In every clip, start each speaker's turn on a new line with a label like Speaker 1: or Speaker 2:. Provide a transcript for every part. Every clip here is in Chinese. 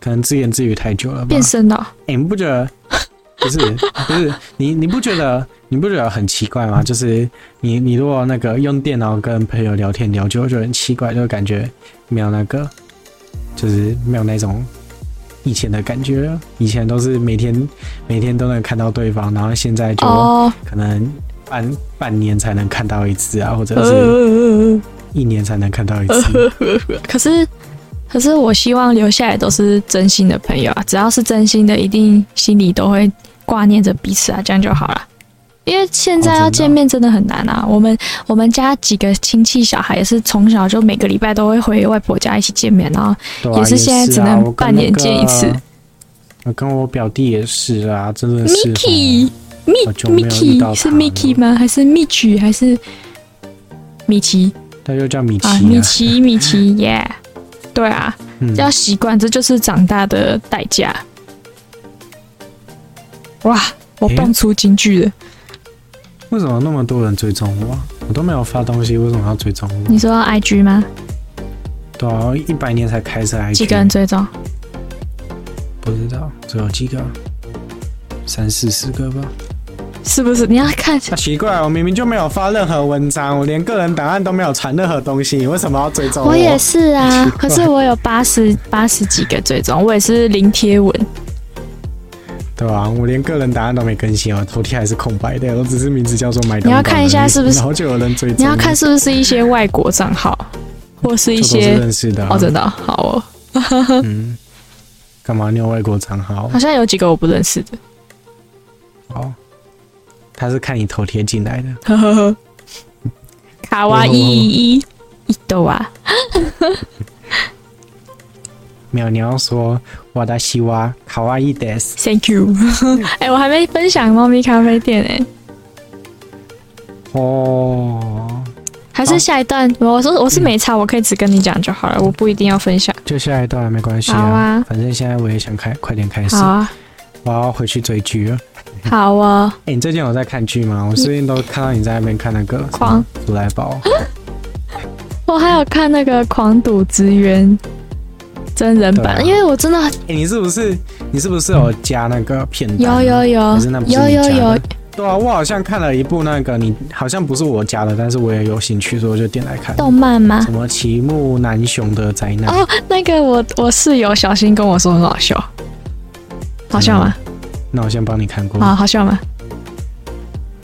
Speaker 1: 可能自言自语太久了吧
Speaker 2: 变？身了，
Speaker 1: 哎、你不觉 得？不是不是，你你不觉得你不觉得很奇怪吗？就是你你如果那个用电脑跟朋友聊天聊久，就觉得很奇怪，就感觉没有那个，就是没有那种以前的感觉了。以前都是每天每天都能看到对方，然后现在就
Speaker 2: 哦，
Speaker 1: 可能半、半年才能看到一次啊，或者是
Speaker 2: 呃
Speaker 1: 一年才能看到一次。
Speaker 2: 可是可是我希望留下来都是真心的朋友啊，只要是真心的，一定心里都会挂念着彼此啊，这样就好了。因为现
Speaker 1: 哦真
Speaker 2: 在
Speaker 1: 的
Speaker 2: 要
Speaker 1: 哦
Speaker 2: 见面真的很难啊，我们我们家几个亲戚小孩也是从小就每个礼拜都会回外婆家一起见面，然后
Speaker 1: 对啊、
Speaker 2: 也是现在
Speaker 1: 也是
Speaker 2: 只
Speaker 1: 啊
Speaker 2: 能
Speaker 1: 我跟
Speaker 2: 半年见一次
Speaker 1: 那个我跟我表弟也是啊，真的是哦。
Speaker 2: Mickey 咪
Speaker 1: 好久没有遇到
Speaker 2: Mickey
Speaker 1: 他
Speaker 2: 是
Speaker 1: 了
Speaker 2: Mickey 吗？还是 Mitch 还是米奇
Speaker 1: 哦他就叫米奇、
Speaker 2: 啊？米奇米奇耶对啊，
Speaker 1: 嗯，
Speaker 2: 要习惯，这就是长大的代价。哇，我
Speaker 1: 诶
Speaker 2: 蹦出京剧了！
Speaker 1: 为什么那么多人追踪我啊？我都没有发东西，为什么要追踪我？
Speaker 2: 你说 IG 吗？
Speaker 1: 对啊，一百年才开始 IG，
Speaker 2: 几个人追踪？
Speaker 1: 不知道，只有几个，三四十个吧。
Speaker 2: 是不是？你要看
Speaker 1: 啊，奇怪，我明明就没有发任何文章，我连个人档案都没有传任何东西，你为什么要追踪
Speaker 2: 我也是 啊
Speaker 1: 奇，怪
Speaker 2: 可是我有八十八十几个追踪，我也是零贴文。
Speaker 1: 对啊，我连个人档案都没更新哦，头贴还是空白的，我只是名字叫做麦当
Speaker 2: 你
Speaker 1: 当而已。
Speaker 2: 要看一下是不是
Speaker 1: 然后就有人追踪。
Speaker 2: 你要看是不是一些外国账号，或是一
Speaker 1: 就都是
Speaker 2: 些
Speaker 1: 认识的、啊。
Speaker 2: 哦，真的哦好哦，
Speaker 1: 嗯，干嘛你有外国账号
Speaker 2: 好？像有几个我不认识的，
Speaker 1: 哦，他是看你头贴进来的。
Speaker 2: 呵呵呵。 卡哇 伊伊伊伊豆啊，
Speaker 1: 没有，你要说我的西哇卡哇伊です
Speaker 2: Thank you！哎、 我还没分享猫咪咖啡店哎、
Speaker 1: 哦，
Speaker 2: 还是下一段？我说我
Speaker 1: 嗯
Speaker 2: 是没差，我可以只跟你讲就好了，我不一定要分享。
Speaker 1: 就下一段没关系
Speaker 2: 好啊
Speaker 1: 反正现在我也想开，快点开始
Speaker 2: 好，啊，
Speaker 1: 我要回去追剧了。
Speaker 2: 好哦，
Speaker 1: 哎、你最近有在看剧吗？我最近都看到你在那边看那个《
Speaker 2: 狂
Speaker 1: 如来宝》
Speaker 2: 我还有看那个《狂赌之渊》真人版，
Speaker 1: 对啊
Speaker 2: 因为我真的
Speaker 1: 哎、你是不是你是不是有加那个片段啊？
Speaker 2: 有有有
Speaker 1: 还是那不是
Speaker 2: 有
Speaker 1: 你加
Speaker 2: 有
Speaker 1: 的
Speaker 2: 有，
Speaker 1: 对啊，我好像看了一部那个，你好像不是我加的，但是我也有兴趣，所以我就点来看。
Speaker 2: 动漫吗
Speaker 1: 什？么奇木南雄的灾难？
Speaker 2: 哦，那个我我室友小新跟我说很好笑，好笑吗？
Speaker 1: 那我先帮你看过。
Speaker 2: 啊，好笑吗？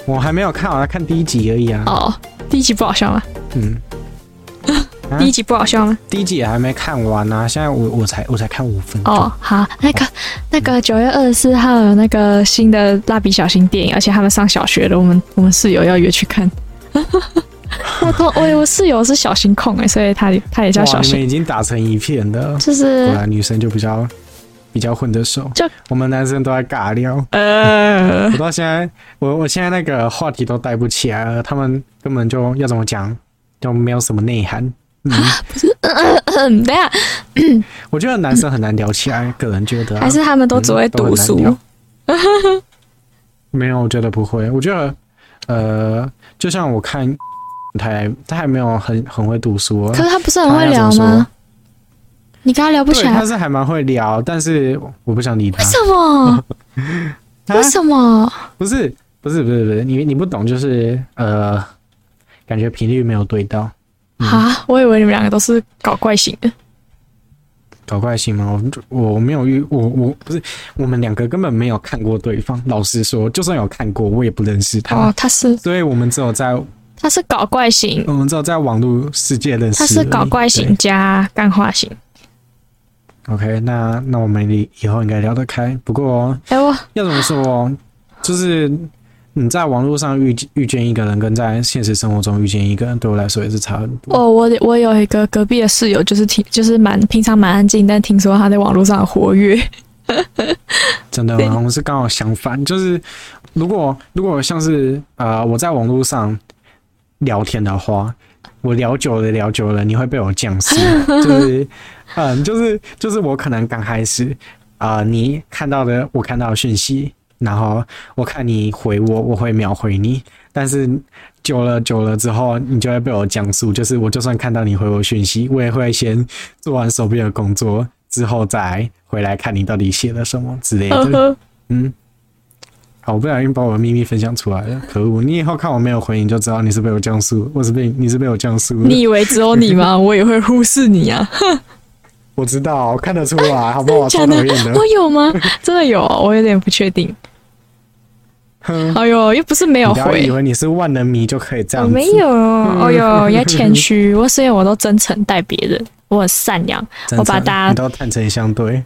Speaker 1: 我还没有看，我才看第一集而已啊。
Speaker 2: 哦，第一集不好笑吗？
Speaker 1: 嗯，啊
Speaker 2: 第一集不好笑吗？
Speaker 1: 第一集也还没看完呢、现在我我才我才看五分钟。
Speaker 2: 哦，好，那个那个九月二十四号有那个新的蜡笔小新电影，而且他们上小学了，我们我们室友要约去看。 我同我我室友是小新控哎、所以他他也叫
Speaker 1: 哇，
Speaker 2: 小
Speaker 1: 你们
Speaker 2: 新，
Speaker 1: 已经打成一片了。
Speaker 2: 就
Speaker 1: 果
Speaker 2: 是
Speaker 1: 然女生就比较比较混得熟，
Speaker 2: 就
Speaker 1: 我们男生都在尬聊。
Speaker 2: 呃
Speaker 1: 我到现在，我我现在那个话题都带不起来了，他们根本就要怎么讲，就没有什么内涵。 嗯，
Speaker 2: 嗯，等一下
Speaker 1: 我觉得男生很难聊起来，个人觉得啊、
Speaker 2: 还是他们都只会
Speaker 1: 嗯
Speaker 2: 读书，。
Speaker 1: 很难聊没有，我觉得不会。我觉得，呃，就像我看 他还，他还没有很很会读书啊，
Speaker 2: 可是他不是很会聊
Speaker 1: 他要怎么
Speaker 2: 吗
Speaker 1: 说？
Speaker 2: 你跟他聊不起
Speaker 1: 对，
Speaker 2: 来
Speaker 1: 他，是还蛮会聊，但是我不想理他啊
Speaker 2: 为。什 么？为什么？
Speaker 1: 不是，不是，不是，不是，你你不懂，就是呃，感觉频率没有对到，嗯
Speaker 2: 啊，我以为你们两个都是搞怪型的，
Speaker 1: 搞怪性吗？我我没有遇，我我不是，我们两个根本没有看过对方。老实说，就算有看过，我也不认识他，
Speaker 2: 哦，他是
Speaker 1: 所以我们只有在
Speaker 2: 他是搞怪型，
Speaker 1: 我们只有在网络世界认识而
Speaker 2: 他
Speaker 1: 已。
Speaker 2: 是搞怪型
Speaker 1: 对。
Speaker 2: 加干化型。
Speaker 1: OK，那那我们以以后应该聊得开。不过哦
Speaker 2: 哎、我
Speaker 1: 要怎么说，哦就是你在网络上遇遇见一个人，跟在现实生活中遇见一个人，对我来说也是差很多。
Speaker 2: 哦我我我有一个隔壁的室友，就是挺就是蛮平常蛮安静，但听说他在网络上很活跃。
Speaker 1: 真的
Speaker 2: 对
Speaker 1: 吗？我是刚好相反，就是如果如果像是呃我在网络上聊天的话，我聊久了聊久了，你会被我降死，就是嗯，就是就是我可能刚开始啊、呃你看到的我看到的讯息，然后我看你回我，我会秒回你，但是。久了久了之后，你就会被我降速。就是我就算看到你回我讯息，我也会先做完手边的工作，之后再回来看你到底写了什么之类
Speaker 2: 呵
Speaker 1: 的。
Speaker 2: 呵，
Speaker 1: 嗯，好，我不小心把我的秘密分享出来 了，可恶！你以后看我没有回，你就知道你是被我降速，我是被你是被我降速的。
Speaker 2: 你以为只有你吗？我也会忽视你 啊！
Speaker 1: 我知道，我看得出来，好不好？超
Speaker 2: 假
Speaker 1: 讨
Speaker 2: 的
Speaker 1: 厌，的
Speaker 2: 我。哦有吗？真的有哦，我有点不确定。
Speaker 1: 哼
Speaker 2: 哎呦，又不是没有
Speaker 1: 你不要以
Speaker 2: 回，
Speaker 1: 为你是万能迷就可以这
Speaker 2: 我
Speaker 1: 样子，
Speaker 2: 没有。哦呦，要谦虚，我所以我都真诚待别人，我很善良，
Speaker 1: 真
Speaker 2: 我把
Speaker 1: 诚
Speaker 2: 大家
Speaker 1: 你都坦诚相对。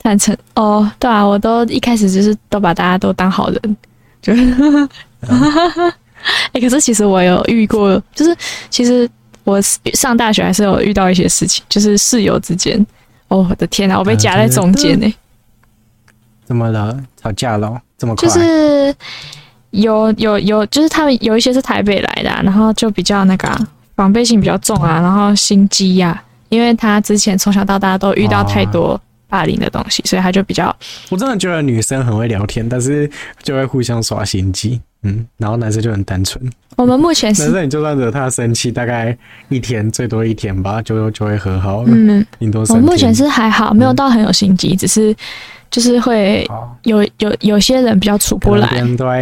Speaker 2: 坦诚。哦，对啊，我都一开始就是都把大家都当好人，就是 哎、可是其实我有遇过，就是其实我上大学还是有遇到一些事情，就是室友之间。哦，我的天啊，我被夹在中间哎呢、
Speaker 1: 怎么了？吵架了？这么快？
Speaker 2: 就是有有有，就是他们有一些是台北来的啊、然后就比较那个、啊、防备心比较重啊，然后心机呀、因为他之前从小到大都遇到太多霸凌的东西，所以他就比较
Speaker 1: 我真的觉得女生很会聊天，但是就会互相耍心机。嗯，然后男生就很单纯，
Speaker 2: 我们目前
Speaker 1: 男
Speaker 2: 是
Speaker 1: 生你就算惹他生气，大概一天最多一天吧，就就会和好了，
Speaker 2: 嗯，
Speaker 1: 顶多
Speaker 2: 我
Speaker 1: 三天。嗯
Speaker 2: 目前是还好，没有到很有心机，只是就是会
Speaker 1: 好，
Speaker 2: 有有有些人比较处
Speaker 1: 哦可
Speaker 2: 不
Speaker 1: 能别
Speaker 2: 来，
Speaker 1: 人都在，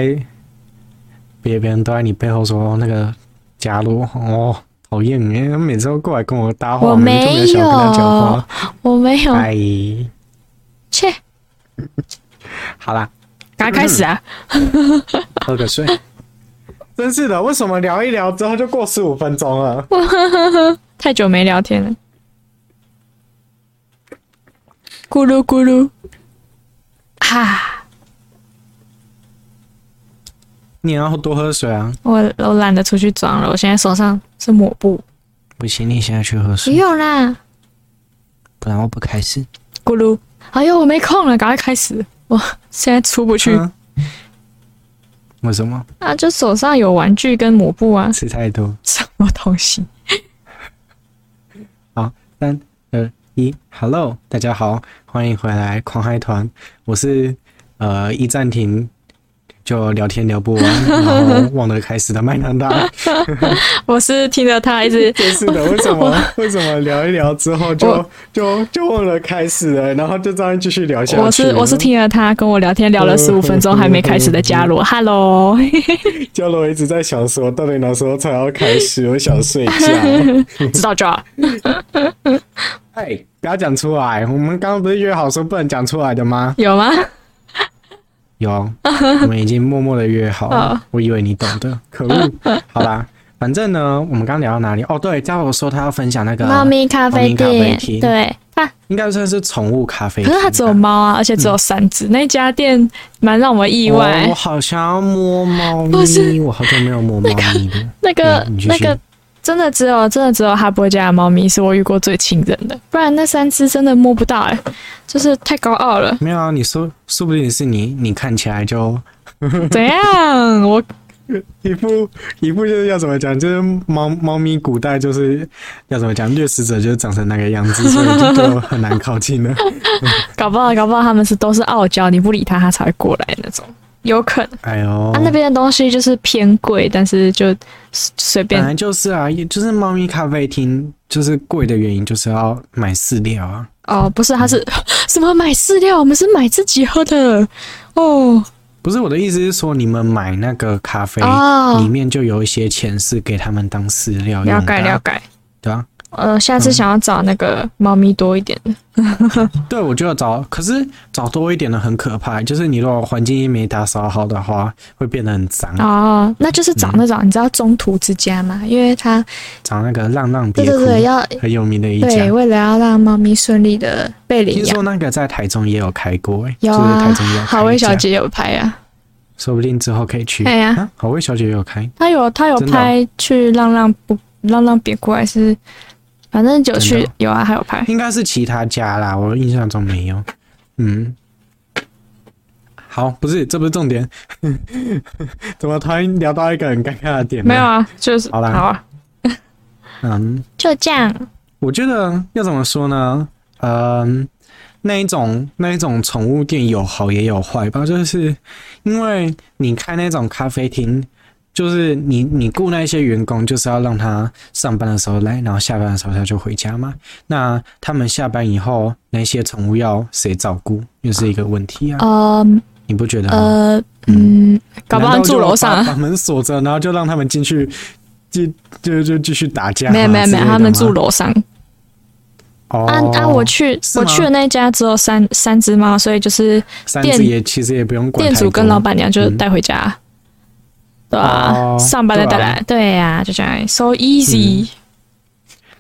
Speaker 1: 别别人都在你背后说那个假如哦，讨厌哎，他每次都过来跟我搭话，
Speaker 2: 我
Speaker 1: 明明就没想跟他讲话。
Speaker 2: 我没有，
Speaker 1: 哎，
Speaker 2: 切，
Speaker 1: 好啦，
Speaker 2: 赶快开始啊！
Speaker 1: 喝个水。 真是的，为什么聊一聊之后就过十五分钟了？
Speaker 2: 太久没聊天了，咕噜咕噜，啊哈，
Speaker 1: 你要多喝水啊！
Speaker 2: 我我懒得出去装了，我现在手上是抹布，
Speaker 1: 不行，你现在去喝
Speaker 2: 不，用啦，
Speaker 1: 不然我不开始。
Speaker 2: 咕噜，哎呦，我没空了，赶快开始，我现在出不去、
Speaker 1: 嗯为什么
Speaker 2: 啊，就手上有玩具跟抹布啊，
Speaker 1: 吃太多？
Speaker 2: 什么东西？
Speaker 1: 三二一，Hello，大家好，欢迎回来狂嗨团，我是呃一暂停就聊天聊不完，然后忘了开始的麦当 当。
Speaker 2: 我是听着他一直
Speaker 1: 真是的，为什么为什么聊一聊之后就就就忘了开始了，然后就这样继续聊下去？
Speaker 2: 我是我是听了他跟我聊天聊了十五分钟还没开始的 伽罗，Hello，
Speaker 1: 焦罗一直在想说，到底哪时候才要开始？我想睡觉。
Speaker 2: 知道就好。
Speaker 1: 哎，不要讲出来，我们刚刚不是约好说不能讲出来的吗？
Speaker 2: 有吗？
Speaker 1: 有，我们已经默默的约好了
Speaker 2: 好。
Speaker 1: 我以为你懂的， 可恶。好啦，反正呢，我们刚聊到哪里？哦，对，嘉罗说他要分享那个
Speaker 2: 猫咪咖啡
Speaker 1: 猫咪咖啡
Speaker 2: 店，
Speaker 1: 厅
Speaker 2: 对啊，
Speaker 1: 应该算是宠物咖啡
Speaker 2: 可
Speaker 1: 厅吧。
Speaker 2: 是它只有猫啊，而且只有三只，那家店蛮让我意外
Speaker 1: 哦我。好想要摸猫
Speaker 2: 不
Speaker 1: 咪，
Speaker 2: 是
Speaker 1: 我好久没有摸猫咪了。
Speaker 2: 那个
Speaker 1: 嗯你继
Speaker 2: 那
Speaker 1: 续。
Speaker 2: 个真的只有真的只有哈伯家的猫咪是我遇过最亲人的，不然那三只真的摸不到哎、就是太高傲了
Speaker 1: 没有啊，你说说不定是你，你看起来就
Speaker 2: 怎样？我
Speaker 1: 一副一副就是要怎么讲，就是猫猫咪古代就是要怎么讲，掠食者就是长成那个样子，所以就对我很难靠近 了。
Speaker 2: 搞不好搞不好他们是都是傲娇，你不理它它才会过来那种，有可能。
Speaker 1: 哎呦，
Speaker 2: 啊，那边的东西就是偏贵，但是就随随
Speaker 1: 本
Speaker 2: 便
Speaker 1: 来就是啊，也就是猫咪咖啡厅就是贵的原因，就是要买饲料啊。
Speaker 2: 哦，不是，它是
Speaker 1: 嗯
Speaker 2: 什么买饲料？我们是买自己喝的哦
Speaker 1: 不是我的意思是说，你们买那个咖啡、里
Speaker 2: 哦，
Speaker 1: 面就有一些钱是给他们当饲料用的啊、
Speaker 2: 了解了解。
Speaker 1: 对啊，
Speaker 2: 呃，下次想要找那个猫咪多一点
Speaker 1: 嗯
Speaker 2: 的，
Speaker 1: 对，啊我觉得找，可是找多一点的很可怕，就是你如果环境没打扫好的话，会变得很脏，
Speaker 2: 哦，那就是找那种、你知道中途之家嘛，因为它
Speaker 1: 找那个浪浪
Speaker 2: 对
Speaker 1: 别
Speaker 2: 对
Speaker 1: 哭，
Speaker 2: 对要
Speaker 1: 很有名的一
Speaker 2: 对
Speaker 1: 家。
Speaker 2: 为了要让猫咪顺利的被领
Speaker 1: 听
Speaker 2: 养
Speaker 1: 说，那个在台中也有开过、欸，
Speaker 2: 有
Speaker 1: 就是
Speaker 2: 啊
Speaker 1: 台中也有，开
Speaker 2: 好味
Speaker 1: 一家
Speaker 2: 小，姐有拍啊，
Speaker 1: 说不定之后可以去。
Speaker 2: 哎呀
Speaker 1: 啊，好味小姐也有开，
Speaker 2: 她有她有
Speaker 1: 真的哦
Speaker 2: 拍去浪浪不浪浪别过来是，反正有
Speaker 1: 真
Speaker 2: 去
Speaker 1: 的哦
Speaker 2: 有啊，还有 拍
Speaker 1: 应该是其他家啦，我印象中没有。嗯，好，不是，这不是重点， 怎么突然聊到一个很尴尬的点？
Speaker 2: 没有，啊，就是
Speaker 1: 好啦
Speaker 2: 啊，
Speaker 1: 嗯，
Speaker 2: 就这样，
Speaker 1: 我觉得要怎么说呢？嗯，那一种那一种宠物店有好也有坏吧，就是因为你开那种咖啡厅，就是你你雇那些员工，就是要让他上班的时候来，然后下班的时候他就回家嘛。那他们下班以后，那些宠物要谁照顾，又是一个问题啊，
Speaker 2: 呃
Speaker 1: 你不觉得吗？
Speaker 2: 呃嗯，搞不
Speaker 1: 难
Speaker 2: 好
Speaker 1: 道就
Speaker 2: 住楼上
Speaker 1: 把
Speaker 2: 啊。
Speaker 1: 把门锁着，然后就让他们进去，继就就继续打架吗。
Speaker 2: 没有没有没有，
Speaker 1: 啊之类的
Speaker 2: 他们
Speaker 1: 吗
Speaker 2: 住楼上。
Speaker 1: 哦
Speaker 2: 啊啊！我去
Speaker 1: 是
Speaker 2: 我
Speaker 1: 吗
Speaker 2: 去的那一家只有三三只猫，所以就是
Speaker 1: 三
Speaker 2: 店
Speaker 1: 只也其实也不用管
Speaker 2: 店
Speaker 1: 太
Speaker 2: 主
Speaker 1: 多
Speaker 2: 跟老板娘就
Speaker 1: 嗯
Speaker 2: 带回家，对啊，
Speaker 1: 哦
Speaker 2: 上班再带
Speaker 1: 对啊
Speaker 2: 来，对呀、就这样，so easy，、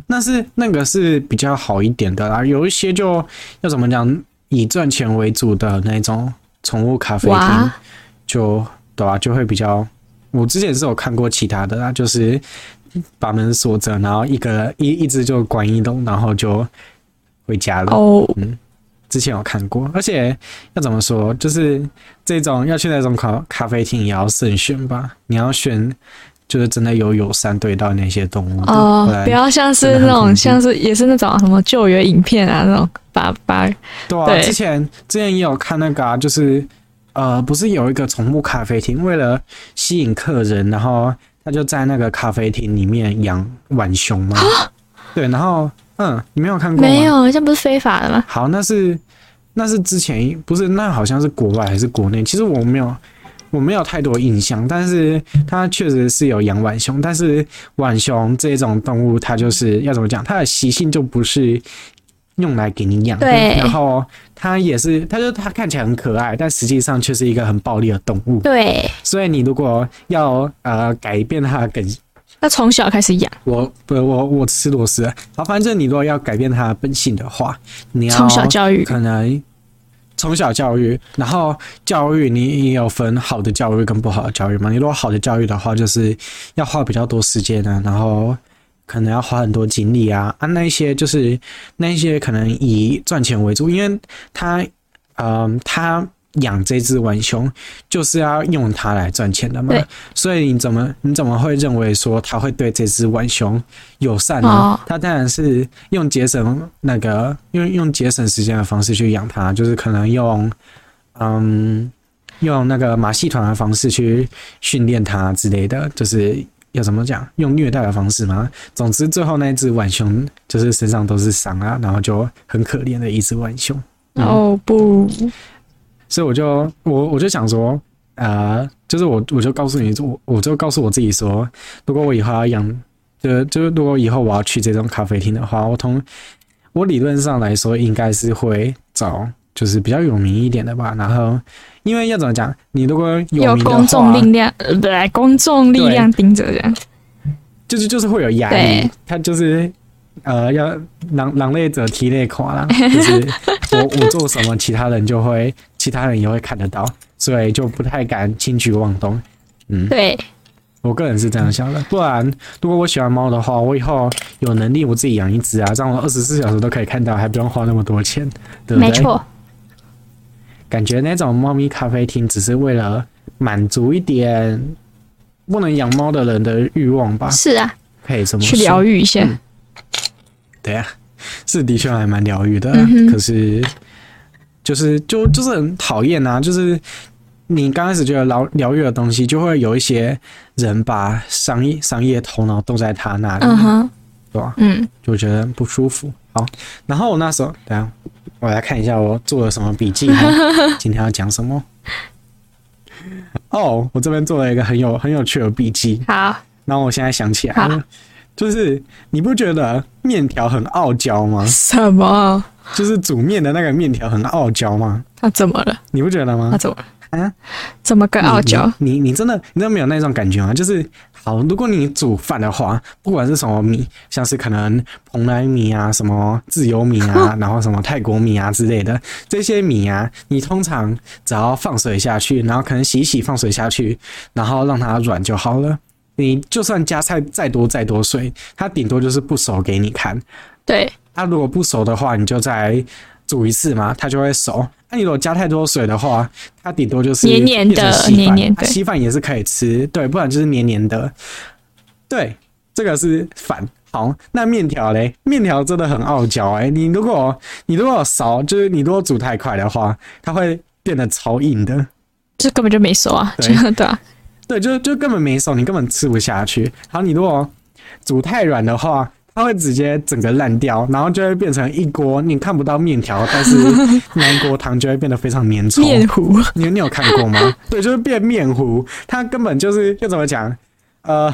Speaker 1: 那是那个是比较好一点的啦，有一些就要怎么讲，以赚钱为主的那种宠物咖啡厅
Speaker 2: 哇，
Speaker 1: 就对吧、就会比较。我之前是有看过其他的啦，就是把门锁着，然后一个一一只就关一笼，然后就回家了。
Speaker 2: 哦，
Speaker 1: 之前有看过，而且要怎么说，就是这种要去那种咖咖啡厅也要慎选吧，你要选就是真的有友善对待那些动物的，
Speaker 2: 哦、
Speaker 1: 不然
Speaker 2: 不要像
Speaker 1: 真的
Speaker 2: 是
Speaker 1: 很
Speaker 2: 那种
Speaker 1: 恐怖
Speaker 2: 像是也是那种什么救援影片啊那种，把把
Speaker 1: 对啊，
Speaker 2: 对
Speaker 1: 之前之前也有看那个、啊，就是呃，不是有一个宠物咖啡厅，为了吸引客人，然后他就在那个咖啡厅里面养浣熊吗？
Speaker 2: 啊
Speaker 1: 对，然后嗯，你没有看过吗？
Speaker 2: 没。有，这不是非法的吗？
Speaker 1: 好，那是那是之前不是那好像是国外还是国内？其实我没有我没有太多印象，但是它确实是有养浣熊，但是浣熊这种动物，它就是要怎么讲，它的习性就不是。用来给你养，
Speaker 2: 对
Speaker 1: 然后它也是，它就它看起来很可爱，但实际上却是一个很暴力的动物。
Speaker 2: 对，
Speaker 1: 所以你如果要呃改变它的本
Speaker 2: 要从小开始养，
Speaker 1: 我不，我我吃螺丝了。好，反正你如果要改变它的本性的话，你要
Speaker 2: 从小教育，
Speaker 1: 可能从小教育，然后教育你也有分好的教育跟不好的教育嘛。你如果好的教育的话，就是要花比较多时间啊，然后可能要花很多精力啊。啊，那一些就是那一些可能以赚钱为主，因为他，嗯、他养这只浣熊就是要用它来赚钱的嘛
Speaker 2: 对。
Speaker 1: 所以你怎么你怎么会认为说他会对这只浣熊友善呢？
Speaker 2: 哦
Speaker 1: 他当然是用节省那个用用节省时间的方式去养它，就是可能用嗯用那个马戏团的方式去训练它之类的，就是要怎么讲用虐待的方式嘛。总之最后那只浣熊就是身上都是伤啊，然后就很可怜的一只浣熊。嗯
Speaker 2: 哦不，
Speaker 1: 所以我就我我就想说，呃，就是我我就告诉你，我我就告诉我自己说，如果我以后要养，就就是如果以后我要去这种咖啡厅的话，我从我理论上来说应该是会找就是比较有名一点的吧。然后因为要怎么讲，你如果有
Speaker 2: 有
Speaker 1: 名
Speaker 2: 公
Speaker 1: 的
Speaker 2: 众
Speaker 1: 话，
Speaker 2: 力量，呃，不对，公众力
Speaker 1: 对
Speaker 2: 量盯着这样，
Speaker 1: 就是就是会有压力
Speaker 2: 对，
Speaker 1: 他就是。呃，要狼狼类者踢类垮 啦，就是我我做什么，其他人就会，其他人也会看得到，所以就不太敢轻举妄动。嗯，
Speaker 2: 对，
Speaker 1: 我个人是这样想的，不然如果我喜欢猫的话，我以后有能力我自己养一只啊，这样我二十四小时都可以看到，还不用花那么多钱，对不对？
Speaker 2: 没，错，
Speaker 1: 感觉那种猫咪咖啡厅只是为了满足一点不能养猫的人的欲望吧，
Speaker 2: 是啊，
Speaker 1: 可以这么
Speaker 2: 去
Speaker 1: 说。
Speaker 2: 疗愈一下，
Speaker 1: 对呀、是的确还蛮疗愈的啊、
Speaker 2: 嗯哼
Speaker 1: 可是就是就就是很讨厌啊，就是你刚开始觉得疗疗愈的东西，就会有一些人把商业商业头脑动在他那里，
Speaker 2: 嗯哼，
Speaker 1: 对吧？
Speaker 2: 嗯。
Speaker 1: 就觉得不舒服。好，然后我那时候，等一下我来看一下我做了什么笔记呢， 今天要讲什么。哦，我这边做了一个很有很有趣的笔记，
Speaker 2: 好，
Speaker 1: 然后我现在想起来了
Speaker 2: 好，
Speaker 1: 就是你不觉得面条很傲娇吗？
Speaker 2: 什么？
Speaker 1: 就是煮面的那个面条很傲娇吗？
Speaker 2: 他怎么了？
Speaker 1: 你不觉得吗
Speaker 2: 他？怎么了？
Speaker 1: 啊嗯
Speaker 2: 啊？怎么个傲娇？
Speaker 1: 你你你真的你真的没有那种感觉吗？就是好，如果你煮饭的话，不管是什么米，像是可能蓬莱米啊、什么自由米 啊，然后什么泰国米啊之类的，这些米啊，你通常只要放水下去，然后可能洗一洗放水下去，然后让它软就好了。你就算加菜再多再多水，它顶多就是不熟给你看。
Speaker 2: 对，
Speaker 1: 它、如果不熟的话，你就再煮一次嘛，它就会熟。那、你如果加太多水的话，它顶多就是
Speaker 2: 黏黏的
Speaker 1: 变成稀饭
Speaker 2: 黏黏
Speaker 1: 啊
Speaker 2: 对
Speaker 1: 稀饭也是可以吃，对，不然就是黏黏的。对，这个是反。好，那面条嘞？面条真的很傲娇哎、你如果你如果少，就是你如果煮太快的话，它会变得超硬的。
Speaker 2: 这根本就没熟啊，
Speaker 1: 对
Speaker 2: 这样对啊，
Speaker 1: 对，就就根本没熟，你根本吃不下去。然后你如果煮太软的话，它会直接整个烂掉，然后就会变成一锅你看不到面条，但是 那一锅汤就会变得非常粘稠。
Speaker 2: 面糊，
Speaker 1: 你你有看过 吗？对，就是变面糊，它根本就是要怎么讲？呃，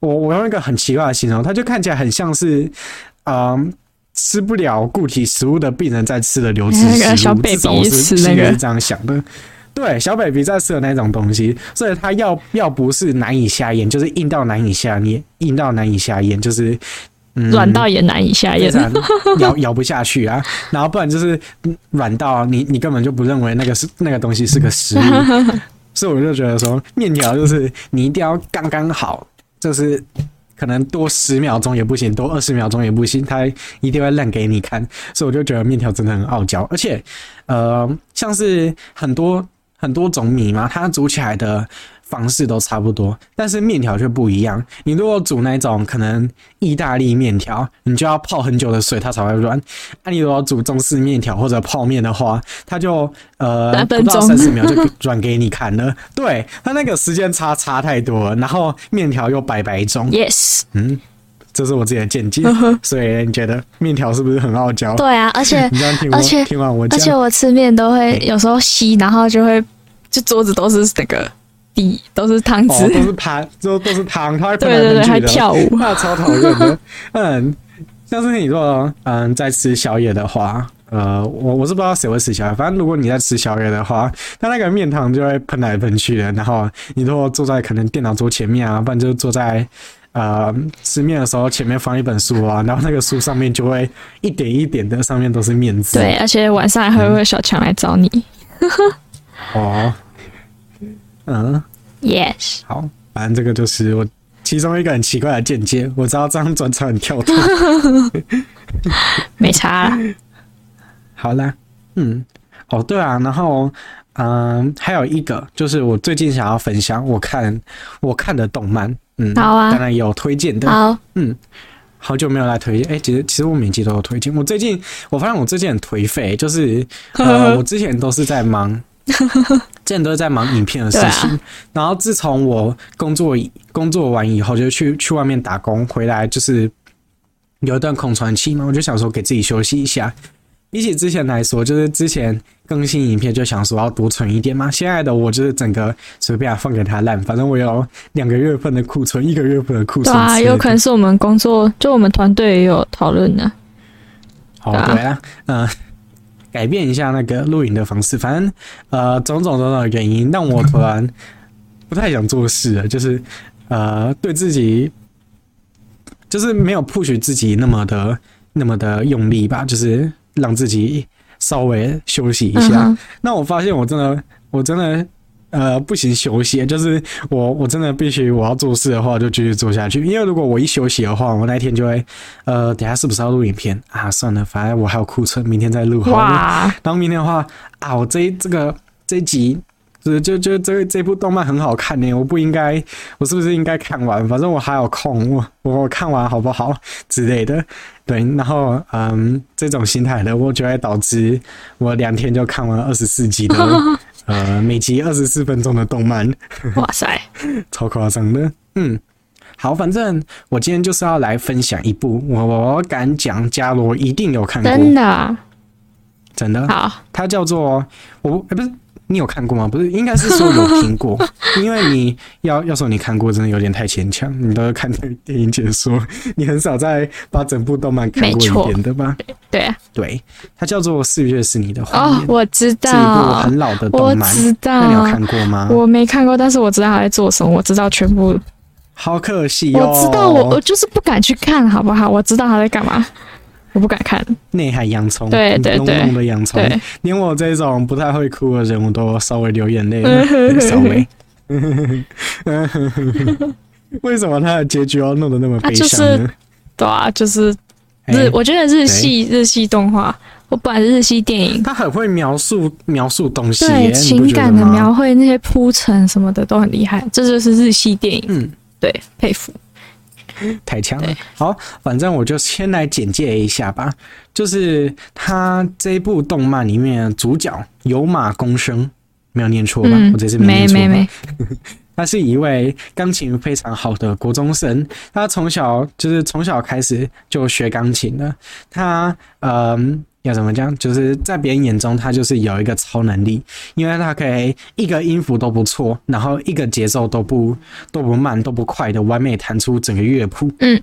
Speaker 1: 我我用一个很奇怪的形容，它就看起来很像是，嗯、吃不了固体食物的病人在吃的流质
Speaker 2: 那个
Speaker 1: 食物，
Speaker 2: 小
Speaker 1: 至
Speaker 2: baby
Speaker 1: 少我是
Speaker 2: 吃
Speaker 1: 心
Speaker 2: 那
Speaker 1: 里
Speaker 2: 个
Speaker 1: 是这样想的。对，小 baby 在吃的那种东西，所以它要要不是难以下咽，就是硬到难以下咽，硬到难以下咽，就是嗯
Speaker 2: 软到也难以下
Speaker 1: 非
Speaker 2: 咽。啊
Speaker 1: 常咬咬不下去啊，然后不然就是嗯软到你你根本就不认为那个是那个东西是个食物，所以我就觉得说面条就是你一定要刚刚好，就是可能多十秒钟也不行，多二十秒钟也不行，它一定会烂给你看，所以我就觉得面条真的很傲娇，而且呃像是很多很多种米嘛，它煮起来的。方式都差不多，但是面条却不一样。你如果煮那种可能意大利面条，你就要泡很久的水，它才会软。啊那、你如果煮中式面条或者泡面的话，它就呃
Speaker 2: 八分
Speaker 1: 不到
Speaker 2: 钟
Speaker 1: 三十秒就转给你看了。 对，它那个时间差差太多了，然后面条又百百种。
Speaker 2: Yes，
Speaker 1: 嗯，这是我自己的见解。
Speaker 2: 嗯
Speaker 1: 所以你觉得面条是不是很傲娇？
Speaker 2: 对啊，而且
Speaker 1: 你这样听
Speaker 2: 而且
Speaker 1: 我听完我
Speaker 2: 而且
Speaker 1: 讲，
Speaker 2: 我吃面都会
Speaker 1: 嗯
Speaker 2: 有时候吸，然后就会就桌子都是那个底都是汤
Speaker 1: 哦，
Speaker 2: 汁
Speaker 1: 都，是盘，都都是汤，它会喷
Speaker 2: 对
Speaker 1: 来
Speaker 2: 对对，
Speaker 1: 喷去
Speaker 2: 还
Speaker 1: 的
Speaker 2: 跳舞。
Speaker 1: 那超讨厌的。嗯，像是你如果嗯在吃宵夜的话，呃，我我是不知道谁会吃宵夜，反正如果你在吃宵夜的话，它那个面汤就会喷来喷去的。然后你如果坐在可能电脑桌前面啊，不然就坐在。呃，吃面的时候前面放一本书啊，然后那个书上面就会一点一点的，上面都是面字。
Speaker 2: 对，而且晚
Speaker 1: 嗯
Speaker 2: 上还会有小强来找你。
Speaker 1: 哦，嗯，
Speaker 2: Yes，
Speaker 1: 好，反正这个就是我其中一个很奇怪的见解。我知道这样转场很跳 脱，
Speaker 2: 没差啦。
Speaker 1: 好啦，嗯，哦对啊，然后嗯，还有一个就是我最近想要分享我看我看的动漫，嗯，
Speaker 2: 好啊
Speaker 1: 当然也有推荐的，
Speaker 2: 好，
Speaker 1: 嗯，好久没有来推荐，哎、其实其实我每集都有推荐，我最近我发现我最近很颓废，就是 呃，我之前都是在忙，之前都是在忙影片的事情，
Speaker 2: 对啊
Speaker 1: 然后自从我工作以工作完以后，就去去外面打工，回来就是有一段空窗期嘛，我就想说给自己休息一下。比起之前来说，就是之前更新影片就想说要多存一点嘛，现在的我就是整个随便啊放给它烂，反正我有两个月份的库存，一个月份的库
Speaker 2: 对
Speaker 1: 存之类
Speaker 2: 啊，
Speaker 1: 的，
Speaker 2: 有可能是我们工作，就我们团队也有讨论啊呢。
Speaker 1: 好，
Speaker 2: 对啊
Speaker 1: 对啊，嗯、改变一下那个录影的方式，反正呃，种种种种原因，让我突然不太想做事了，就是呃，对自己就是没有 push 自己那么的那么的用力吧，就是让自己稍微休息一
Speaker 2: 嗯
Speaker 1: 下。
Speaker 2: 哼，
Speaker 1: 那我发现我真的，我真的，呃，不行休息，就是我我真的必须我要做事的话就继续做下去，因为如果我一休息的话，我那一天就会，呃，等一下是不是要录影片啊？算了，反正我还有库存，明天再录好了。
Speaker 2: 哇，
Speaker 1: 然后明天的话啊，我这一这个这一集。就是就就这这部动漫很好看呢、我不应该，我是不是应该看完？反正我还有空，我我看完好不好之类的。对，然后嗯，这种心态的，我就会导致我两天就看完二十四集的， 呃，每集二十四分钟的动漫，
Speaker 2: 哇塞，
Speaker 1: 超夸张的。嗯，好，反正我今天就是要来分享一部，我我敢讲，伽罗一定有看过，
Speaker 2: 真的啊
Speaker 1: 真的，
Speaker 2: 好，
Speaker 1: 它叫做我哎、不是。你有看过吗？不是，应该是说有听 过，因为你要要说你看过，真的有点太牵强。你都是看电影解说，你很少再把整部动漫看
Speaker 2: 没
Speaker 1: 过一
Speaker 2: 错
Speaker 1: 遍的吧？
Speaker 2: 对啊，
Speaker 1: 对，它叫做《四月是你的谎
Speaker 2: 哦
Speaker 1: 言》，
Speaker 2: 我知
Speaker 1: 是一部
Speaker 2: 道，
Speaker 1: 很老的
Speaker 2: 我
Speaker 1: 动漫。
Speaker 2: 知道
Speaker 1: 那你有，看过吗？
Speaker 2: 我没看过，但是我知道他在做什么，我知道全部，
Speaker 1: 好可惜哦，
Speaker 2: 我知道我我就是不敢去看，好不好？我知道他在干嘛，我不敢看，
Speaker 1: 内海洋葱，
Speaker 2: 对对
Speaker 1: 浓
Speaker 2: 对
Speaker 1: 浓的洋葱
Speaker 2: 对，
Speaker 1: 连我这种不太会哭的人，我都稍微流眼泪
Speaker 2: 嗯哼
Speaker 1: 了，
Speaker 2: 哼
Speaker 1: 稍 微。为什么他的结局要弄得那么悲伤呢？
Speaker 2: 对啊，就是
Speaker 1: 哎
Speaker 2: 日，我觉得日系日系动画，我本来日系电影，
Speaker 1: 他很会描述描述东西耶，
Speaker 2: 对
Speaker 1: 你不
Speaker 2: 情
Speaker 1: 觉得
Speaker 2: 感的
Speaker 1: 吗
Speaker 2: 描绘、那些铺陈什么的都很厉害，这就是日系电影，
Speaker 1: 嗯，
Speaker 2: 对，佩服。
Speaker 1: 太强了
Speaker 2: 对。
Speaker 1: 好，反正我就先来简介一下吧。就是他这部动漫里面的主角有马公生，没有念错吧？
Speaker 2: 嗯
Speaker 1: 我这次，
Speaker 2: 没
Speaker 1: 念错吧。
Speaker 2: 没没，
Speaker 1: 他是一位钢琴非常好的国中生，他从小就是从小开始就学钢琴的。他嗯，要怎么讲？就是在别人眼中，他就是有一个超能力，因为他可以一个音符都不错，然后一个节奏都不都不慢都不快的完美弹出整个乐谱。
Speaker 2: 嗯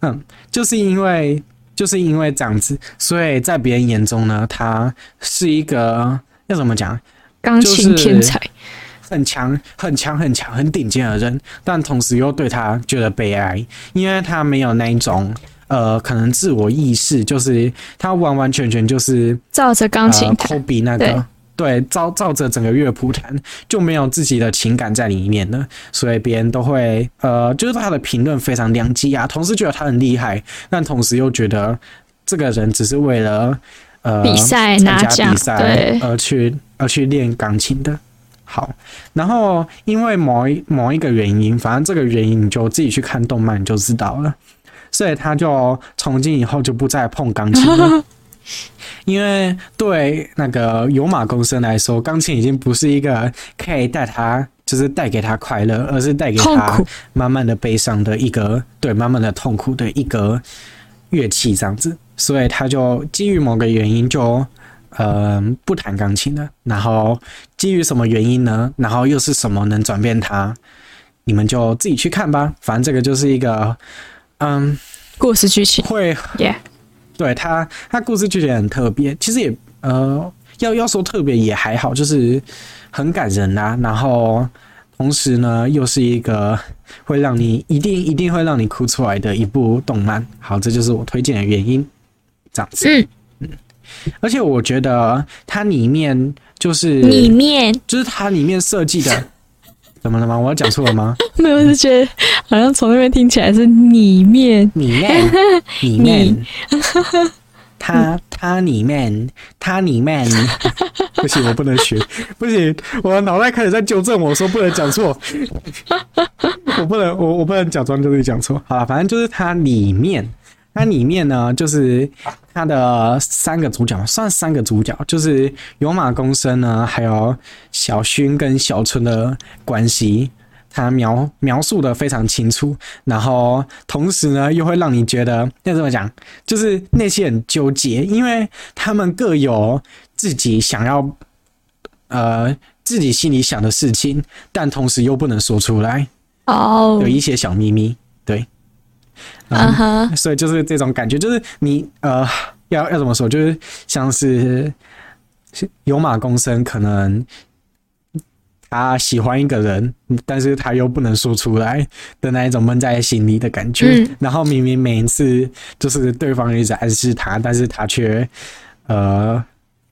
Speaker 1: 嗯，就是因为就是因为这样子，所以在别人眼中呢，他是一个要怎么讲？
Speaker 2: 钢琴天才，
Speaker 1: 很强、很强、很强、很顶尖的人，但同时又对他觉得悲哀，因为他没有那一种呃，可能自我意识，就是他完完全全就是
Speaker 2: 照着钢
Speaker 1: 呃
Speaker 2: 琴弹。
Speaker 1: ，Kobe 那
Speaker 2: 对
Speaker 1: 个。对，照照着整个乐谱弹，就没有自己的情感在里面了，所以别人都会呃，就是他的评论非常两极啊，同时觉得他很厉害，但同时又觉得这个人只是为了呃
Speaker 2: 比赛
Speaker 1: 参
Speaker 2: 拿
Speaker 1: 加
Speaker 2: 奖
Speaker 1: 比，赛
Speaker 2: 对，
Speaker 1: 而去而去练钢琴的。好，然后因为某一某一个原因，反正这个原因你就自己去看动漫你就知道了。所以他就从今以后就不再碰钢琴 了，因为对那个有马公生来说，钢琴已经不是一个可以带他就是带给他快乐，而是带给
Speaker 2: 痛
Speaker 1: 他
Speaker 2: 苦
Speaker 1: 慢慢的悲伤的一个对慢慢的痛苦的一个乐器这样子，所以他就基于某个原因就呃不弹钢琴了。然后基于什么原因呢？然后又是什么能转变他？你们就自己去看吧，反正这个就是一个嗯
Speaker 2: 故事剧情
Speaker 1: 会
Speaker 2: 耶。
Speaker 1: 对他，他故事剧情很特别，其实也呃，要要说特别也还好，就是很感人啊。然后同时呢，又是一个会让你一定一定会让你哭出来的一部动漫。好，这就是我推荐的原因，这样子。
Speaker 2: 嗯，
Speaker 1: 而且我觉得它里面就是
Speaker 2: 里面
Speaker 1: 就是它里面设计的，怎么了吗？我要讲错了吗？
Speaker 2: 没有，我就觉得好像从那边听起来是里面
Speaker 1: 里 面，里面，它它里面，它里面， 不行，我不能学，不行，我的脑袋开始在纠正我说不能讲错，我不能，我我不能假装自己讲错。好啦，反正就是它里面，它里面呢，就是它的三个主角，算三个主角，就是有马公生呢，还有小薰跟小春的关系。他描描述的非常清楚，然后同时呢，又会让你觉得要怎么讲，就是内心很纠结，因为他们各有自己想要，呃，自己心里想的事情，但同时又不能说出来，
Speaker 2: 哦
Speaker 1: 有，一啊些小秘密，对，
Speaker 2: 嗯哼，
Speaker 1: 所以就是这种感觉，就是你呃，要要怎么说，就是像是是有马公生，可能他喜欢一个人，但是他又不能说出来的那一种闷在心里的感觉。
Speaker 2: 嗯
Speaker 1: 然后明明每一次就是对方一直暗示他，但是他却呃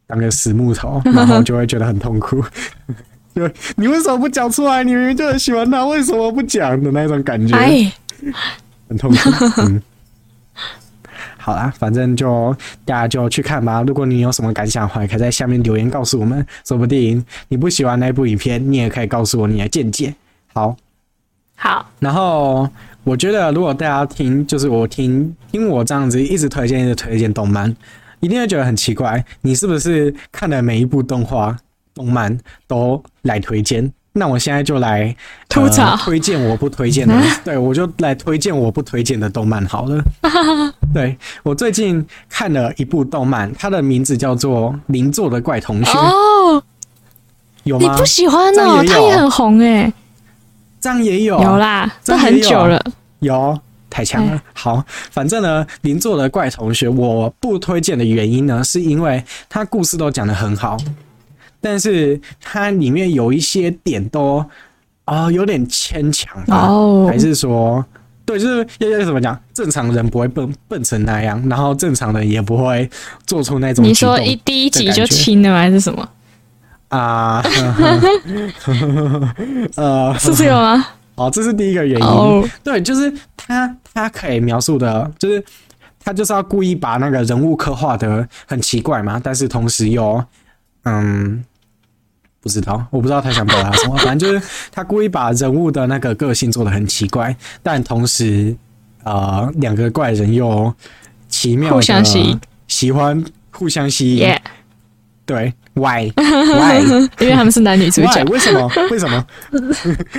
Speaker 1: 当个死木 头，然后就会觉得很痛苦。 就你为什么不讲出来？你明明就很喜欢他，为什么不讲的那种感觉？
Speaker 2: 哎，
Speaker 1: 很痛苦。嗯，好啦，反正就大家就去看吧。如果你有什么感想的话，也可以在下面留言告诉我们，说不定你不喜欢那部影片，你也可以告诉我你的见解。好，
Speaker 2: 好，
Speaker 1: 然后我觉得如果大家听，就是我听听我这样子一直推荐一直推荐动漫，一定会觉得很奇怪，你是不是看的每一部动画、动漫都来推荐？那我现在就来
Speaker 2: 吐
Speaker 1: 呃
Speaker 2: 槽
Speaker 1: 推荐我不推 荐的，对我就来推荐我不推荐的动漫好了。对我最近看了一部动漫，它的名字叫做《邻座的怪同学》，
Speaker 2: 哦，
Speaker 1: 有
Speaker 2: 你
Speaker 1: 吗
Speaker 2: 不？喜欢
Speaker 1: 这样
Speaker 2: 哦，
Speaker 1: 也有
Speaker 2: 他也很红哎，
Speaker 1: 这样也有，啊
Speaker 2: 有啦，
Speaker 1: 这
Speaker 2: 这
Speaker 1: 样
Speaker 2: 很
Speaker 1: 也有
Speaker 2: 久了，
Speaker 1: 有，太强
Speaker 2: 嗯
Speaker 1: 了。好，反正呢，邻座的怪同学，我不推荐的原因呢，是因为他故事都讲得很好，但是它里面有一些点都啊、有点牵强吧，
Speaker 2: 哦
Speaker 1: 啊还是说？对，就是要要怎么讲？正常人不会笨笨成那样，然后正常人也不会做出那种
Speaker 2: 你
Speaker 1: 举动
Speaker 2: 说一第一集
Speaker 1: 的
Speaker 2: 就
Speaker 1: 感觉
Speaker 2: 亲了吗？还是什么？
Speaker 1: 啊，呵呵 呃，
Speaker 2: 是这个吗？
Speaker 1: 好，这是第一个 原因。
Speaker 2: 哦，
Speaker 1: 对，就是他他可以描述的，就是他就是要故意把那个人物刻画的很奇怪嘛，但是同时又嗯。不知道，我不知道他想表达什么，反正就是他故意把人物的那个个性做的很奇怪，但同时，呃，两个怪人又奇妙的
Speaker 2: 互相吸引
Speaker 1: 喜欢互相吸引
Speaker 2: 耶，
Speaker 1: 对，why why
Speaker 2: 因为他们是男女主
Speaker 1: why
Speaker 2: 角。
Speaker 1: 为什么为什么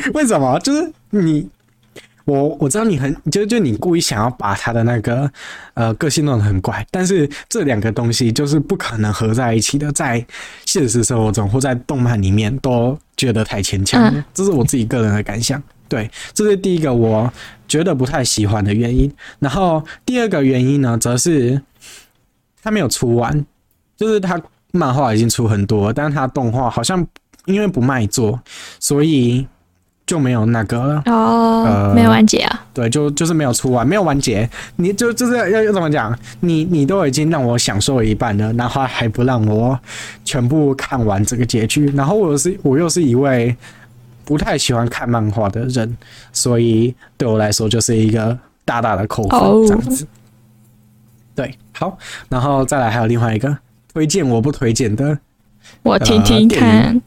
Speaker 1: 为什么？就是你，我我知道你很就就你故意想要把他的那个呃个性弄得很怪，但是这两个东西就是不可能合在一起的，在现实生活中或在动漫里面都觉得太牵强了，
Speaker 2: 嗯
Speaker 1: 这是我自己个人的感想。对，这是第一个我觉得不太喜欢的原因。然后第二个原因呢，则是他没有出完，就是他漫画已经出很多，但是他动画好像因为不卖座，所以就没有那个了
Speaker 2: 哦
Speaker 1: 呃，
Speaker 2: 没有完结啊。
Speaker 1: 对，就就是没有出完，没有完结。你就就是要要怎么讲？你你都已经让我享受了一半了，然后还不让我全部看完这个结局。然后我又是我又是一位不太喜欢看漫画的人，所以对我来说就是一个大大的扣分、
Speaker 2: 哦
Speaker 1: 这样子。对，好，然后再来还有另外一个推荐我不推荐的，
Speaker 2: 我听听
Speaker 1: 呃电
Speaker 2: 看。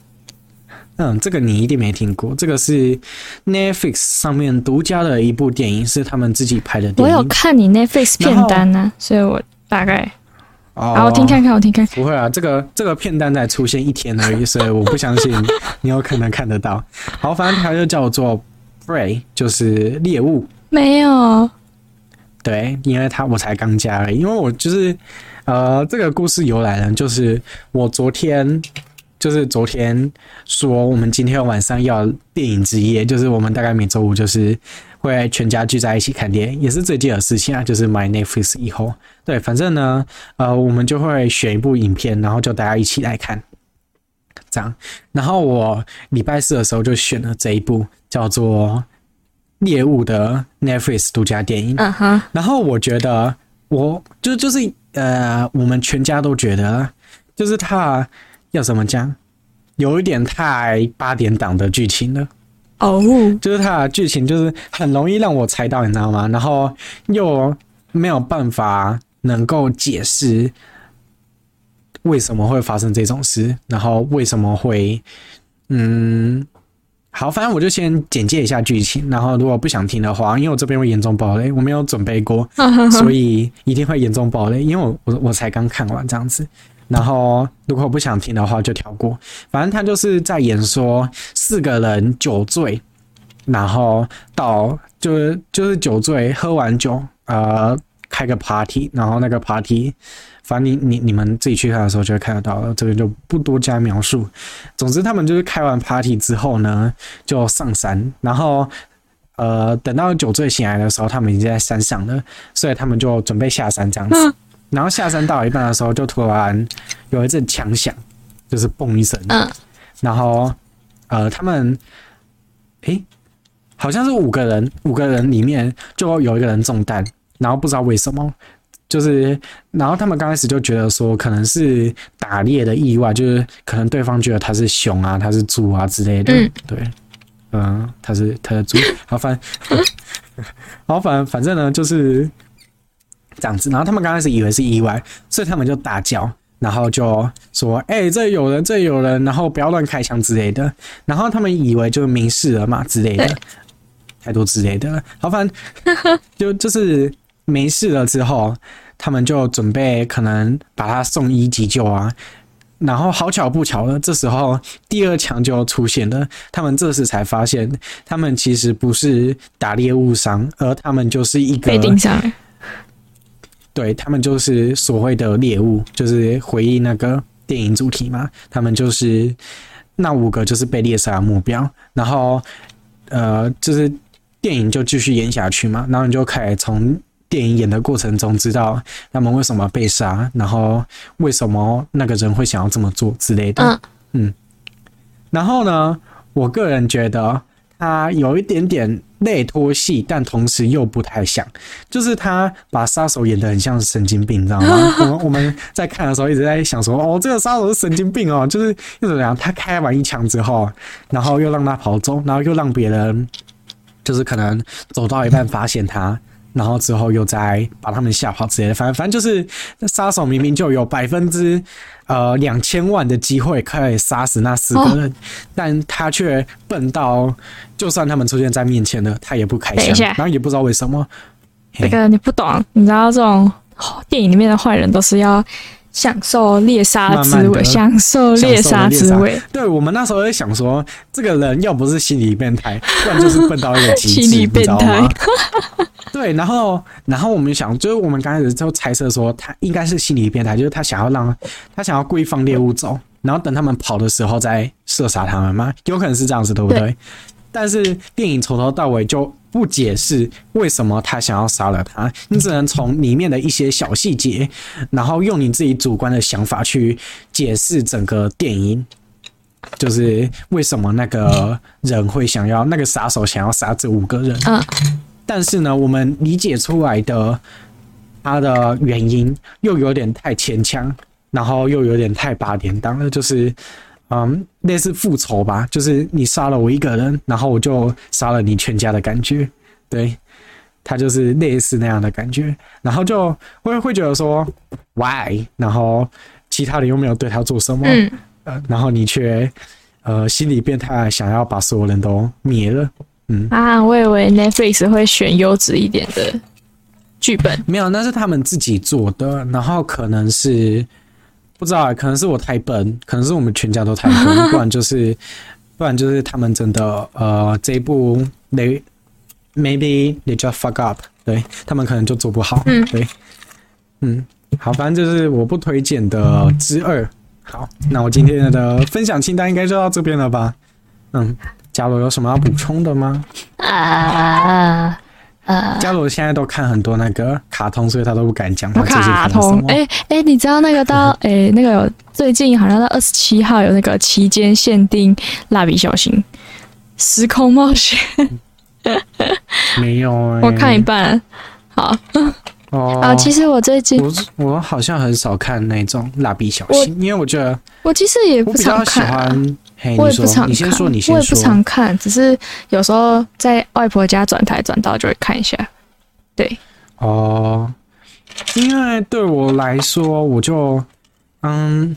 Speaker 1: 嗯，这个你一定没听过，这个是 Netflix 上面独家的一部电影，是他们自己拍的
Speaker 2: 我
Speaker 1: 电影。
Speaker 2: 有看你 Netflix 片单呢、所以我大概，
Speaker 1: 哦
Speaker 2: 啊，我听看看，我听看看。
Speaker 1: 不会啊，这个这个片段才出现一天而已，所以我不相信你有可能看得到。好，反正它就叫做 prey，就是猎物。
Speaker 2: 没有，
Speaker 1: 对，因为它我才刚加而已，因为我就是呃，这个故事由来呢，就是我昨天。就是昨天说我们今天晚上要电影之夜，就是我们大概每周五就是会全家聚在一起看电影，也是最近的事情啊，就是买 Netflix 以后，对，反正呢，呃，我们就会选一部影片，然后就大家一起来看，这样。然后我礼拜四的时候就选了这一部叫做《猎物》的 Netflix 独家电影，
Speaker 2: 嗯哼，
Speaker 1: 然后我觉得呃我就就是呃，我们全家都觉得，就是他要怎么讲，有一点太八点档的剧情了。
Speaker 2: 哦，
Speaker 1: 就是它的剧情就是很容易让我猜到，你知道吗？然后又没有办法能够解释为什么会发生这种事，然后为什么会，嗯，好，反正我就先简介一下剧情，然后如果不想听的话，因为我这边会严重爆雷，我没有准备过， 所以一定会严重爆雷，因为我我我才刚看完这样子。然后，如果不想听的话就跳过。反正他就是在演说四个人酒醉，然后到就是就是酒醉，喝完酒，呃，开个 party，然后那个 party，反正你你你们自己去看的时候就会看得到了，这个就不多加描述。总之，他们就是开完 party 之后呢，就上山，然后。呃，等到酒醉醒来的时候，他们已经在山上了，所以他们就准备下山这样子。然后下山到一半的时候，就突然有一阵枪响，就是嘣一声，
Speaker 2: 嗯
Speaker 1: 然后呃，他们诶，好像是五个人，五个人里面就有一个人中弹，然后不知道为什么，就是然后他们刚开始就觉得说可能是打猎的意外，就是可能对方觉得他是熊啊，他是猪啊之类的，
Speaker 2: 嗯
Speaker 1: 对。嗯，他是他的猪，好反， 好反，反正呢就是这样子。然后他们刚开始以为是意外，所以他们就大叫，然后就说：“哎、这里有人，这里有人，然后不要乱开枪之类的。”然后他们以为就是没事了嘛之类的
Speaker 2: 对，
Speaker 1: 太多之类的了。好，反正就 就是没事了之后，他们就准备可能把他送医急救啊。然后好巧不巧了，这时候第二枪就出现了。他们这时才发现，他们其实不是打猎误伤，而他们就是一个
Speaker 2: 被盯上了。
Speaker 1: 对他们就是所谓的猎物，就是回忆那个电影主题嘛。他们就是那五个就是被猎杀的目标，然后呃，就是电影就继续演下去嘛。然后你就可以从电影演的过程中知道他们为什么被杀，然后为什么那个人会想要这么做之类的。
Speaker 2: 嗯
Speaker 1: 然后呢，我个人觉得他有一点点类脱戏，但同时又不太像，就是他把杀手演得很像神经病，你知道吗？我们我们在看的时候一直在想说，哦，这个杀手是神经病哦，就是又怎么样？他开完一枪之后，然后又让他跑走，然后又让别人就是可能走到一半发现他。然后之后又再把他们吓跑之类的，反正反正就是杀手明明就有百分之呃两千万的机会可以杀死那四个人，但他却笨到就算他们出现在面前了，他也不开
Speaker 2: 等一
Speaker 1: 枪
Speaker 2: 下，
Speaker 1: 然后也不知道为什么。
Speaker 2: 这个你不懂，你知道这种、哦电影里面的坏人都是要享受猎杀
Speaker 1: 慢
Speaker 2: 滋
Speaker 1: 慢
Speaker 2: 味，
Speaker 1: 地嗯
Speaker 2: 享受猎杀滋味，
Speaker 1: 对我们那时候也想说，这个人要不是心理变态，不然就是笨到一个极致，
Speaker 2: 心理
Speaker 1: 你知
Speaker 2: 变
Speaker 1: 道
Speaker 2: 态
Speaker 1: 吗？ 对，然后然后我们想，就是我们刚开始就猜测说，他应该是心理变态，就是他想要让他想要故意放猎物走，然后等他们跑的时候再射杀他们嘛，有可能是这样子，对不对？
Speaker 2: 对
Speaker 1: 但是电影从头到尾就不解释为什么他想要杀了他，你只能从里面的一些小细节，然后用你自己主观的想法去解释整个电影，就是为什么那个人会想要那个杀手想要杀这五个人。
Speaker 2: 嗯，
Speaker 1: 但是呢，我们理解出来的它的原因又有点太牵强，然后又有点太八点档了，就是嗯，类似复仇吧，就是你杀了我一个人，然后我就杀了你全家的感觉，对，它就是类似那样的感觉，然后就会会觉得说 why，然后其他人又没有对他做什么，
Speaker 2: 嗯，
Speaker 1: 呃，然后你却呃心理变态，想要把所有人都灭了。嗯
Speaker 2: 啊，我以为 Netflix 会选优质一点的剧本，
Speaker 1: 没有，那是他们自己做的，然后可能是不知道欸，可能是我太笨，可能是我们全家都太 笨，不然就是不然就是他们真的呃这一步 they maybe they just fuck up，对他们可能就做不好，
Speaker 2: 嗯
Speaker 1: 对，嗯，好，反正就是我不推荐的之二。好，那我今天的分享清单应该就到这边了吧？嗯，嘉罗有什么要补充的吗？
Speaker 2: 啊啊！
Speaker 1: 嘉罗现在都看很多那个卡通，所以他都不敢讲他最近
Speaker 2: 卡
Speaker 1: 看了什
Speaker 2: 通
Speaker 1: 么，。
Speaker 2: 哎哎、你知道那 个到哎、那个有最近好像到二十七号有那个期间限定蜡笔小新时空冒险，
Speaker 1: 没有、欸，
Speaker 2: 我看一半。好
Speaker 1: 哦。
Speaker 2: 啊，其实我最近
Speaker 1: 我我好像很少看那种蜡笔小新，因为我觉得
Speaker 2: 我其实也
Speaker 1: 我
Speaker 2: 不
Speaker 1: 比
Speaker 2: 常
Speaker 1: 较喜
Speaker 2: 看、啊。
Speaker 1: 欢。嘿，
Speaker 2: 我
Speaker 1: 你
Speaker 2: 也不常
Speaker 1: 说，
Speaker 2: 看，
Speaker 1: 你先说，你
Speaker 2: 我
Speaker 1: 先
Speaker 2: 也不
Speaker 1: 说。
Speaker 2: 常看，只是有时候在外婆家转台转到就会看一下。
Speaker 1: 哦，因为对我来说，我就嗯，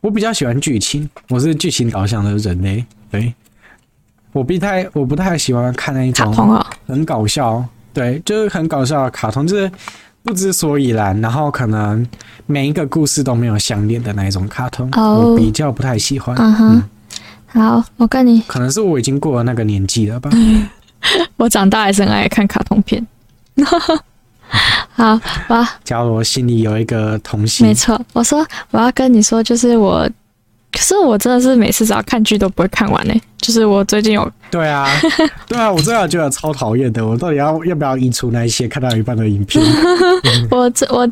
Speaker 1: 我比较喜欢剧情，我是剧情导向的人类。对，我不太我不太喜欢看那一
Speaker 2: 卡
Speaker 1: 种
Speaker 2: 通啊，
Speaker 1: 很搞笑，对，就是很搞笑的卡通，就是不知所以然，然后可能每一个故事都没有相连的那一种卡通
Speaker 2: 哦
Speaker 1: 我比较不太喜欢。
Speaker 2: 嗯哼。好，我跟你，
Speaker 1: 可能是我已经过了那个年纪了吧。
Speaker 2: 嗯我长大还是很爱看卡通片。 好哇，
Speaker 1: 假如我心里有一个童心
Speaker 2: 没，错，我说我要跟你说，就是我，可是我真的是每次只要看剧都不会看完呢、就是我最近有
Speaker 1: 对 啊，对啊，我真的觉得超讨厌的。我到底要要不要移除那一些看到一半的影 片？嗯
Speaker 2: 我这我，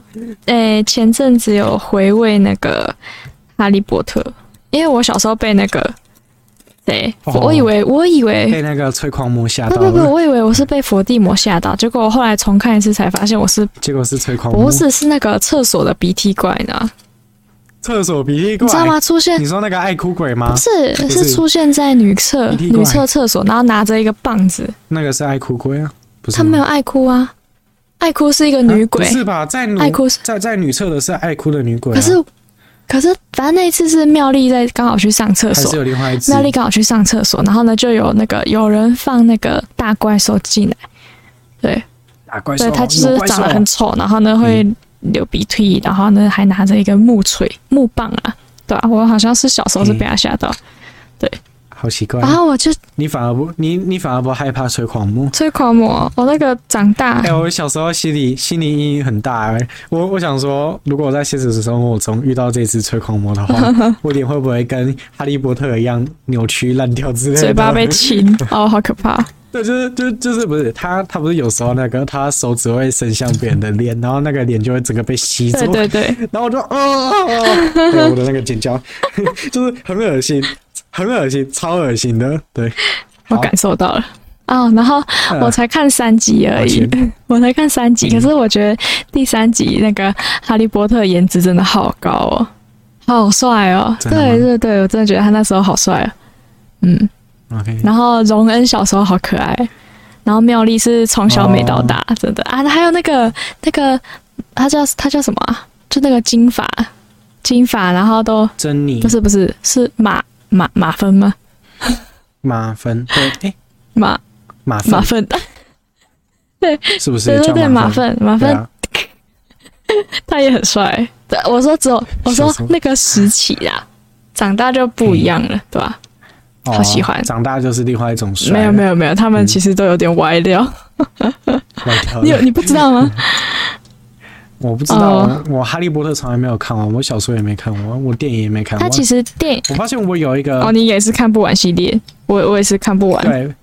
Speaker 2: 诶、前阵子有回味那个《哈利波特》，因为我小时候被那个，对、
Speaker 1: 哦
Speaker 2: 我以为我以为
Speaker 1: 被那个催狂魔吓
Speaker 2: 不
Speaker 1: 到
Speaker 2: 不不，
Speaker 1: 了，
Speaker 2: 我以为我是被伏地魔吓到，结果我后来重看一次才发现我是
Speaker 1: 结果是催狂魔
Speaker 2: 不。是是那个厕所的鼻涕怪呢，
Speaker 1: 厕所鼻涕怪，
Speaker 2: 你知道吗？出现
Speaker 1: 啊你说那个爱哭鬼吗
Speaker 2: 不？是
Speaker 1: 不是
Speaker 2: 是出现在女厕
Speaker 1: 鼻涕怪
Speaker 2: 女厕厕所，然后拿着一个棒子，
Speaker 1: 那个是爱哭鬼啊，不是
Speaker 2: 她
Speaker 1: 吗？
Speaker 2: 没有爱哭啊，爱哭是一个女鬼
Speaker 1: 啊不，是吧？在女
Speaker 2: 爱哭是
Speaker 1: 在在女厕的是爱哭的女鬼啊、
Speaker 2: 可是可是反正那一次是妙丽在刚好去上厕
Speaker 1: 还
Speaker 2: 所
Speaker 1: 是。有另外一只
Speaker 2: 妙丽刚好去上厕所，然后呢，就有那个有人放那个大怪兽进来，对，
Speaker 1: 打啊怪兽，
Speaker 2: 对，他就
Speaker 1: 有
Speaker 2: 是
Speaker 1: 怪兽嗯
Speaker 2: 长得很丑，然后呢会流鼻涕，然后呢还拿着一个木锤、木棒啊，对啊，我好像是小时候是被他吓到，
Speaker 1: 嗯好奇怪
Speaker 2: 然，后我就
Speaker 1: 你反而不你你反而不害怕吹狂 魔。
Speaker 2: 吹狂魔，我那个长大
Speaker 1: 哎、我小时候心理心理阴影很大、哎我我想说，如果我在现实生活中遇到这只吹狂魔的 话，我脸会不会跟哈利波特一样扭曲烂掉之类的？
Speaker 2: 嘴巴被亲，哦，好可怕，
Speaker 1: 对，就是就是就是不是他他不是有时候那个他手指会伸向别人的脸，然后那个脸就会整个被吸走
Speaker 2: 对。对对，
Speaker 1: 然后我就啊， 对我的那个尖叫， 就是很恶心，很恶心，超恶心的。对，
Speaker 2: 我
Speaker 1: 好
Speaker 2: 感受到了。哦，然后
Speaker 1: 呃
Speaker 2: 我才看三集而已
Speaker 1: 抱，歉
Speaker 2: 我才看三集，
Speaker 1: 嗯
Speaker 2: 可是我觉得第三集那个哈利波特颜值真的好高哦，好帅哦！
Speaker 1: 真的吗
Speaker 2: 对对对，我真的觉得他那时候好帅啊。嗯，
Speaker 1: OK，
Speaker 2: 然后荣恩小时候好可爱，然后妙丽是从小美到大，
Speaker 1: 哦
Speaker 2: 真的啊。还有那个那个他叫他叫什么、啊？就那个金发金发，然后都
Speaker 1: 珍妮
Speaker 2: 不是不是是马马马芬吗？
Speaker 1: 马芬，对，哎、
Speaker 2: 马
Speaker 1: 马
Speaker 2: 马
Speaker 1: 芬
Speaker 2: 芬，
Speaker 1: 是不是
Speaker 2: 对对
Speaker 1: 叫
Speaker 2: 对，马
Speaker 1: 芬？啊
Speaker 2: 芬马
Speaker 1: 对
Speaker 2: 芬
Speaker 1: 啊，
Speaker 2: 他也很帅。对我说只有我说
Speaker 1: 笑死我
Speaker 2: 那个时期啊，长大就不一样了，对吧？
Speaker 1: 哦
Speaker 2: 好喜欢
Speaker 1: 长大就是另外一种帅，
Speaker 2: 没有没有没有，他们
Speaker 1: 嗯
Speaker 2: 其实都有点歪掉。
Speaker 1: 歪掉了
Speaker 2: 你有你不知道吗？
Speaker 1: 我不知道，
Speaker 2: 哦
Speaker 1: 我我哈利波特从来没有看完，我小说也没看完，我电影也没看
Speaker 2: 他
Speaker 1: 完。
Speaker 2: 其实电影
Speaker 1: 我发现我有一个、
Speaker 2: 哦，你也是看不完系列，我我也是看不完。
Speaker 1: 对，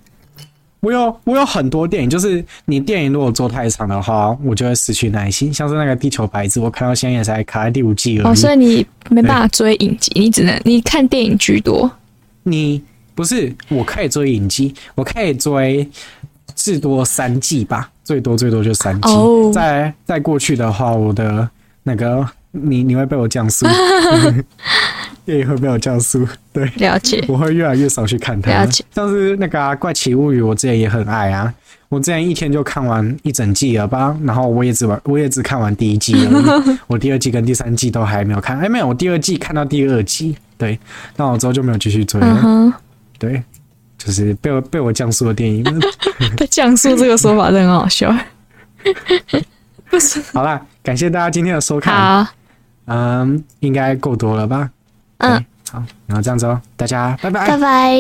Speaker 1: 我有我有很多电影，就是你电影如果做太长的话，我就会失去耐心。像是那个《地球白字》，我看到现在也才卡在第五季而已。
Speaker 2: 哦，所以你没办法追影集，你只能你看电影居多。
Speaker 1: 你不是我可以追影集，我可以追至多三季吧，最多最多就三季。
Speaker 2: 哦
Speaker 1: 再再过去的话，我的那个你你会被我降 速， 电影会被我降速，对。
Speaker 2: 了解，
Speaker 1: 我会越来越少去看它
Speaker 2: 了解。
Speaker 1: 像是那个、啊《怪奇物语》，我之前也很爱啊，我之前一天就看完一整季了吧，然后我也只玩，我也只看完第一季而 已，我第二季跟第三季都还没有看。哎，没有，我第二季看到第二集，对，那我之后就没有继续追了。
Speaker 2: 嗯哼，
Speaker 1: 对，就是被我被我降速的电影。
Speaker 2: 被降速这个说法是很好 笑。不是，
Speaker 1: 好啦，感谢大家今天的收看，
Speaker 2: 好，
Speaker 1: 嗯，应该够多了吧？
Speaker 2: 嗯
Speaker 1: 对，好，然后这样子哦，大家拜拜。
Speaker 2: 拜拜。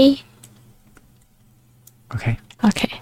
Speaker 1: OK。
Speaker 2: OK。